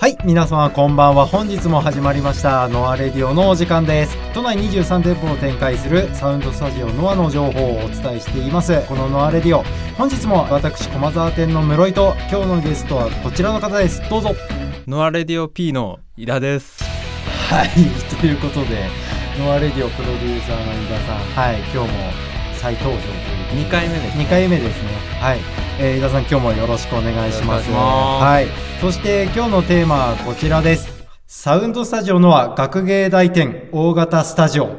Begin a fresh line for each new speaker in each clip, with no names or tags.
はい皆様こんばんは本日も始まりましたノアレディオのお時間です都内23店舗を展開するサウンドスタジオノアの情報をお伝えしていますこのノアレディオ本日も私駒沢店の室井と今日のゲストはこちらの方ですどうぞ
ノアレディオ P の井田です。
はいということでノアレディオプロデューサーの井田さんはい今日も再登場という
2回目です。
2回目ですねはい、えー、井田さん今日もよろしくお願いします
お願いします
はいそして今日のテーマはこちらですサウンドスタジオのは学芸大展大型スタジオ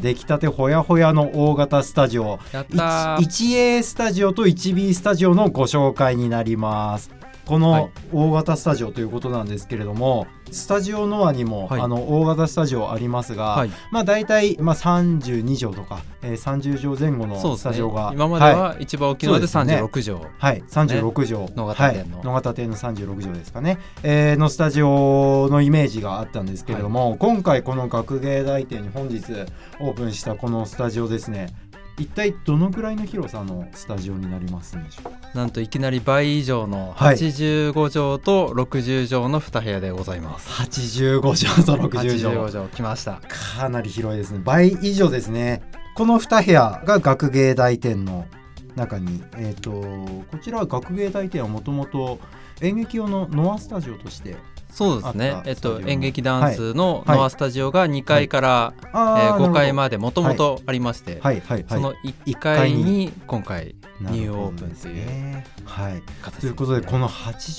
出来たてほやほやの大型スタジオ
やったー
1A スタジオと 1B スタジオのご紹介になりますこ
は
の
い
大型スタジオということなんですけれどもスタジオノアにも、
はい
あの大型スタジオありますが、
はい。
まあ大体、まあ、32畳とか、えー、30畳前後
そう
の
で
ス
す
タ
ね。
ジオが、
今までは一番大きいので
そうですね
36畳。
はい、36畳、
野方店の
はい、野方店の36畳ですかね、えーのスタジオのイメージがあったんですけれども、今回この学芸大店に本日オープンしたこのスタジオですね一体どのくらいの広さのスタジオになりますんでしょうか
なんといきなり倍以上の
はい
85畳と60畳の2部屋でございます。
85畳と60
85
畳
畳来ました。
かなり広いですね倍以上ですねこの2部屋が学芸大店の中に、えー、とこちらは学芸大店はもともと演劇用のノアスタジオとして
そうです
あっ
ね。
た
えっ
スタ
と
ジオ
演劇ダンスの
はい
ノアスタジオが2階から、
あ
えー5階
で
までもともとありまして、
はいはいはい、
その1階に今回ニューオープンという
ね。はい、
形
ということでこの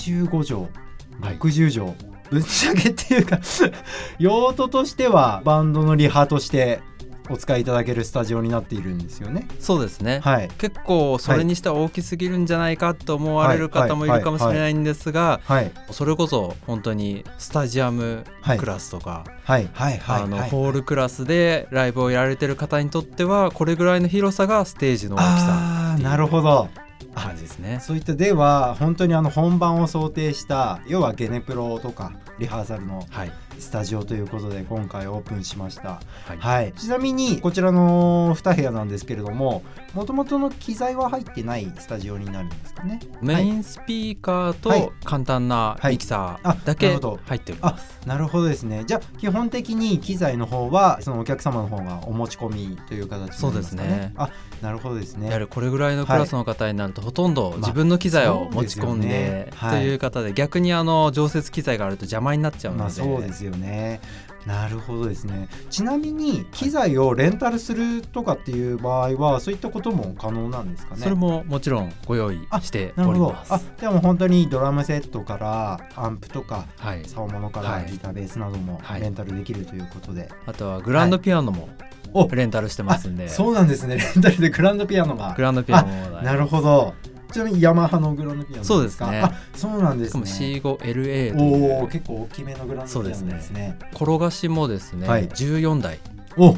85畳60畳、
はい
ぶっちゃけっていうか 用途としてはバンドのリハとしてお使いいただけるスタジオになっているんですよね。
そうですね。
はい
結構それにしては大きすぎるんじゃないかと思われる方もいるかもしれないんですが
はい
それこそ本当にスタジアム
はい
クラスとか、
はいはいはい
あの
はい
ホールクラスでライブをやられてる方にとってはこれぐらいの広さがステージの大きさ
あーなるほど。
感じですね。
そういったでは本当にあの本番を想定した要はゲネプロとかリハーサルの
はい、
スタジオということで今回オープンしました。
はい
はい、ちなみにこちらの2部屋なんですけれどももともとの機材は入ってないスタジオになるんですかね
メインスピーカー
はい
と簡単なミキサ
はいあ
ーだ
な
け
るほど
入っております。
なるほどですねじゃあ基本的に機材の方はそのお客様の方がお持ち込みという形になりますか、ね、
そうですね
あなるほどですね
やはりこれぐらいのクラスの方になるとほとんど自分の機材を持ち込
まあそうですよ
んで
ね
と
はい
いう方で逆にあの常設機材があると邪魔になっちゃうので,、
まあそうですよねなるほどですねちなみに機材をレンタルするとかっていう場合はそういったことも可能なんですかね
それももちろんご用意して
なるほ
おり
ど
ます。
あじゃあもう本当にドラムセットからアンプとか
はい、
竿物から
はい
ギターベースなども
はい
レンタルできるということで、
あとはグランドピアノも
お
レンタルしてますんで、
そうなんですねレンタルでグランドピアノが
グランドピアノも
なるほどちなみにヤマハのグランドピアノ
そうですね
あそうなんで
し
す
かも
ね
C5LA と
お
い
お
う
結構大きめのグランドピアノですね
そうです転がしもですね、
はい
14台
お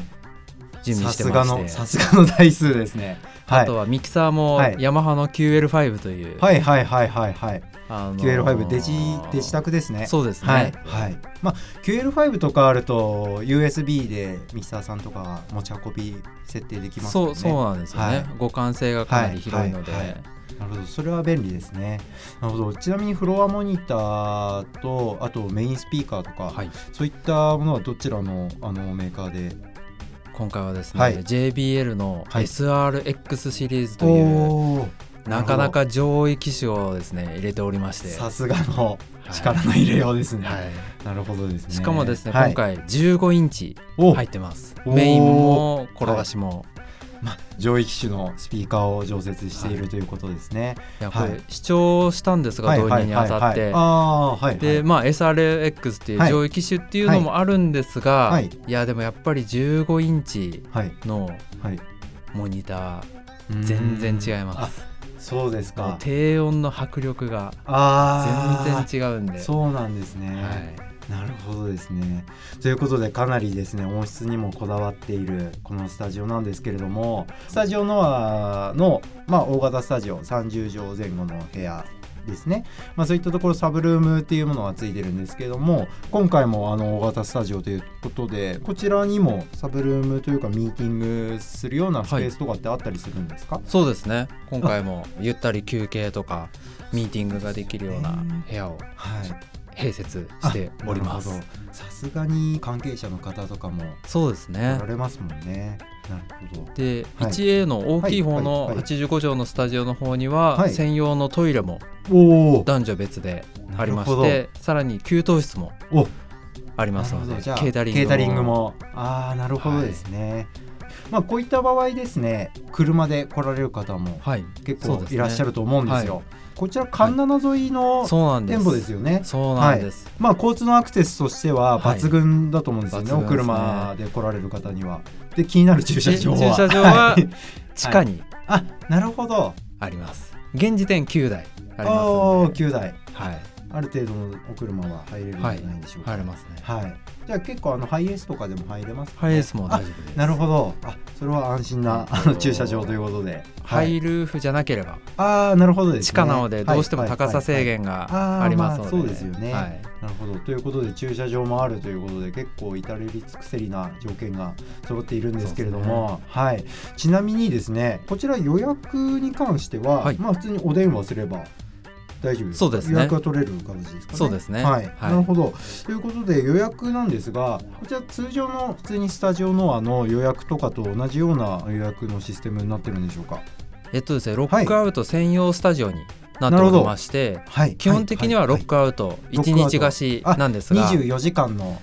準備
さ
して
すが
ま
の
し
さ
て
すがの台数ですねは
あ
い
とはミキサーも
はい
ヤマハの QL5 という、
はいはいはいはいはい
あのー
QL5 デジデジ宅ですね
そうですね、
はい、はいまあ、QL5 とかあると USB でミキサーさんとかが持ち運び設定できますよ
そ
ね
うそうなんですよね、
はい
互換性がかなり広いので、
はいはいはいなるほどそれは便利ですねなるほどちなみにフロアモニターとあとメインスピーカーとか、
はい
そういったものはどちらのあのメーカーで
今回はですね、
はい
JBL の
はい
SRX シリーズという、
ー
なかなか上位機種をですね入れておりまして、
さすがの
はい
力の入れようですね、
はい、
なるほどですね
しかもですね、
はい
今回15インチ
お、
入ってます
おー
メインも転がしも、
上位機種のスピーカーを常設しているということですね、
い、やこ
はい
れ視聴したんですが導入にあたっ
はいはいはいはい
て
あーはいはい
でまあ SRX っていう
はい
上位機種っていうのもあるんですが、
はい
い
は
やでもやっぱり15インチ
はい
の
はい
モニター
うーん
全然違います
あそうです
もう
か
低音の迫力が
あ
全
然
然違うんで
そうなんですね、
はい、
なるほどですね。ということでかなりですね音質にもこだわっているこのスタジオなんですけれどもスタジオノアの、まあ、大型スタジオ30畳前後の部屋ですね、まあ、そういったところサブルームっていうものがついてるんですけれども今回もあの大型スタジオということでこちらにもサブルームというかミーティングするようなスペースとかってあったりするんですか、
そうですね今回もゆったり休憩とかミーティングができるような部屋を
はい、
併設しております
なるほどさすがに関係者の方とかも
そうです
お
ね
られますもんねなるほど
で、
はい
1A の大きい方
はい
の
はい
85畳のスタジオの方には、
はい
専用のトイレも
おお
男女別でありまし
なる
てさらに給湯室も
お
あります
なる
の
ほど
で
じゃあ
ケータリングも
もああなるほどですね、まあこういった場合ですね車で来られる方も
はい
結
そう
構
ですね
いらっしゃると思うんですよ
は
こちら環七沿いの
そうなんです
店舗ですよね
そうなんです、
まあ交通のアクセスとしては
はい
抜群だと思うんですよね、
抜群
お
ですね
車で来られる方にはで気になる駐車場は
駐車場はい地下に
あなるほど
あります現時点9台あり
お
ます
お
んで
9台
はい
ある程度のお車は入れるんじゃないでしょうか
入れますね
はい、じゃあ結構あのハイエースとかでも入れますか
ハイエースも大丈夫です
なるほどあそれは安心なあの駐車場ということで、
ハ
はい
イルーフじゃなければ
ああなるほどです、ね、
地下なのでどうしても高さ制
限
限
あー
がありますので、
まあそうですよね
はい
なるほどということで駐車場もあるということで結構至れり尽くせりな条件が揃っているんですけれども、はい、ちなみにですねこちら予約に関しては、
はい
まあ普通にお電話すれば大丈夫ですか
そうですね
予約が取れる形ですかね
そうですね
はい、
はい
なるほどということで予約なんですがこちら通常の普通にスタジオノアの予約とかと同じような予約のシステムになってるんでしょうか
えっとですねロックアウト専用スタジオになっておりまして、
はい
基本的にはロックアウト
いはい
1日貸しなんですが、い
24時間の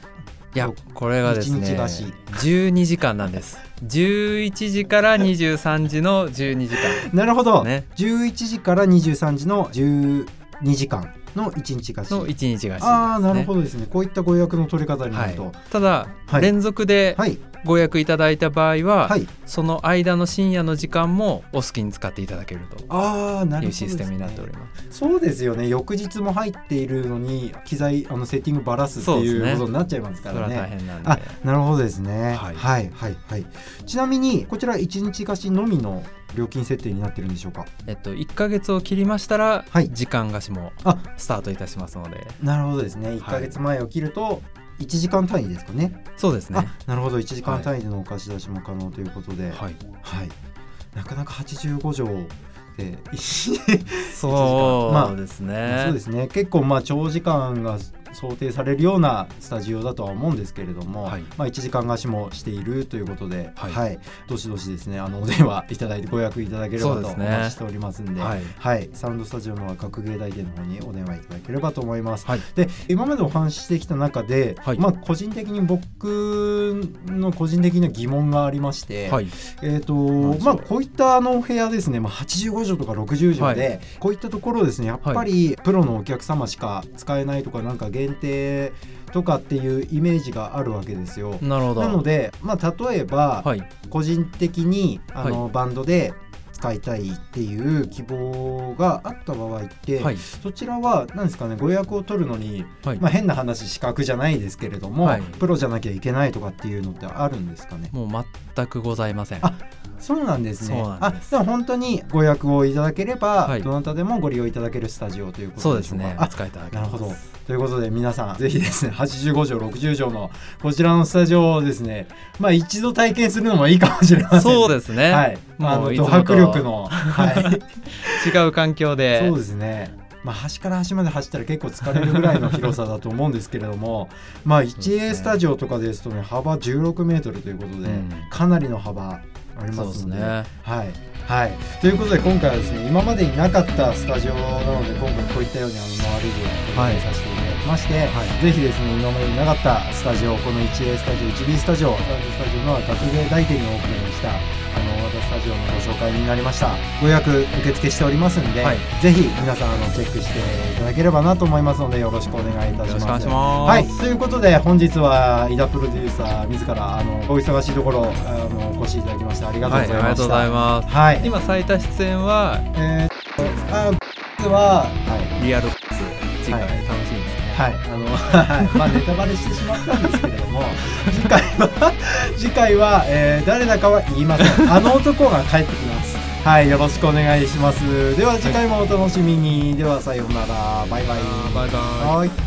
やこれがですね
一日貸し
12時間なんです11時から23時の12時間
なるほど、
ね
11時から23時の12時間の1日貸し
の1日貸しですね
ああなるほどですねこういったご予約の取り方にな
は
ると
い、ただ、
はい
連続で
はい
ご予約いただいた場合は、
はい
その間の深夜の時間もお好きに使っていただけると
ああなるほど
いうシステムになっております
すそうですよね翌日も入っているのに機材あのセッティングばらすって
そうで
い
す
う
ね
ことになっちゃいますか
それ
ら
は
ね
大変なんで
あなるほどですねは
はいい
はいはいちなみにこちら1日貸しのみの料金設定になってるんでしょうか
えっと、1ヶ月を切りましたら、
はい
時間貸しも
あ
スタートいたしますので
なるほどですね1か月前を切ると1時間単位ですかね、
そうですね
あなるほど1時間単位でのお貸し出しも可能ということで、はい
はい
なかなか85畳で
そうですね、
そうですね結構まあ長時間が想定されるようなスタジオだとは思うんですけれども、
はい
まあ、1時間貸しもしているということで、は
はいい
どしどしですねあのお電話いただいてご予約いただければ
そ
と
うで
お
すね
待ちしておりますんで。
はい
はい、サウンドスタジオの学芸大店の方にお電話いただければと思います。
はい
で今までお話ししてきた中で、
はい
まあ、個人的に僕の個人的な疑問がありまして、
はい
えー
何
と
でしょ
ま
う
あ、こういったあのお部屋ですね、まあ、85畳とか60畳で、
は
こういったところですねやっぱりプロのお客様しか使えないとかなんか限定とかっていうイメージがあるわけですよ。
なるほど
なので、まあ、例えば、
はい
個人的にあの、バンドで使いたいっていう希望があった場合って、
はい
そちらは何ですかねご予約を取るのに、
はい、
まあ、変な話資格じゃないですけれども、
はい
プロじゃなきゃいけないとかっていうのってあるんですかね
もう全くございません
あそうなんですね
そうなんです
あでも本当にご予約をいただければ、
はい
どなたでもご利用いただけるスタジオということ
そうで
でし
す
ょうか
ね
あ
使いただけ
なる
ます
ほどということで皆さんぜひですね85畳60畳のこちらのスタジオをですねまあ一度体験するのもいいかもしれませんね
そうです ね、
はい、あ
も
の
ういつ
ド
もと
迫力の、はい、
違う環境で
そうですね。まあ端から端まで走ったら結構疲れるぐらいの広さだと思うんですけれども、 まあ
そうです
1A
ね
スタジオとかですとね幅16メートルということで、
うん
かなりの幅あり
そ
ま
うですす
ので、
ね
はいはい。ということで今回はですね今までになかったスタジオなので今回こういったようにあの回れるように
はい
させていただきまして、ぜひですね今までになかったスタジオこの 1A スタジオ 1B スタジオサウンドスタジオの学芸大店にお送りしたあの和田スタジオのご紹介になりましたご予約受付しておりますんで、
はい
ぜひ皆さんあのチェックしていただければなと思いますのでよろしくお願いいた
よ
しま
ろしく
す
お願いします
はい、ということで本日は井田プロデューサー自らあのお忙しいところあのお越しいただきましてありがとう
は
ご
い
ざ
あ
い
りが
ま
とう
し
ござい
た。
ます
はい、
今最多出演は
えー、あ、実は、はい、
リアルコックス次回
は
楽しみですね、
はい、あの、 はいまあ、ネタバレしてしまったんですけれども。 次回は、 次回は、えー誰だかは言いませ ん。あの男が帰ってきます。はい、よろしくお願いします。では、次回もお楽しみに。では、さようなら、バイバイ。
バイバ
は
イ
い。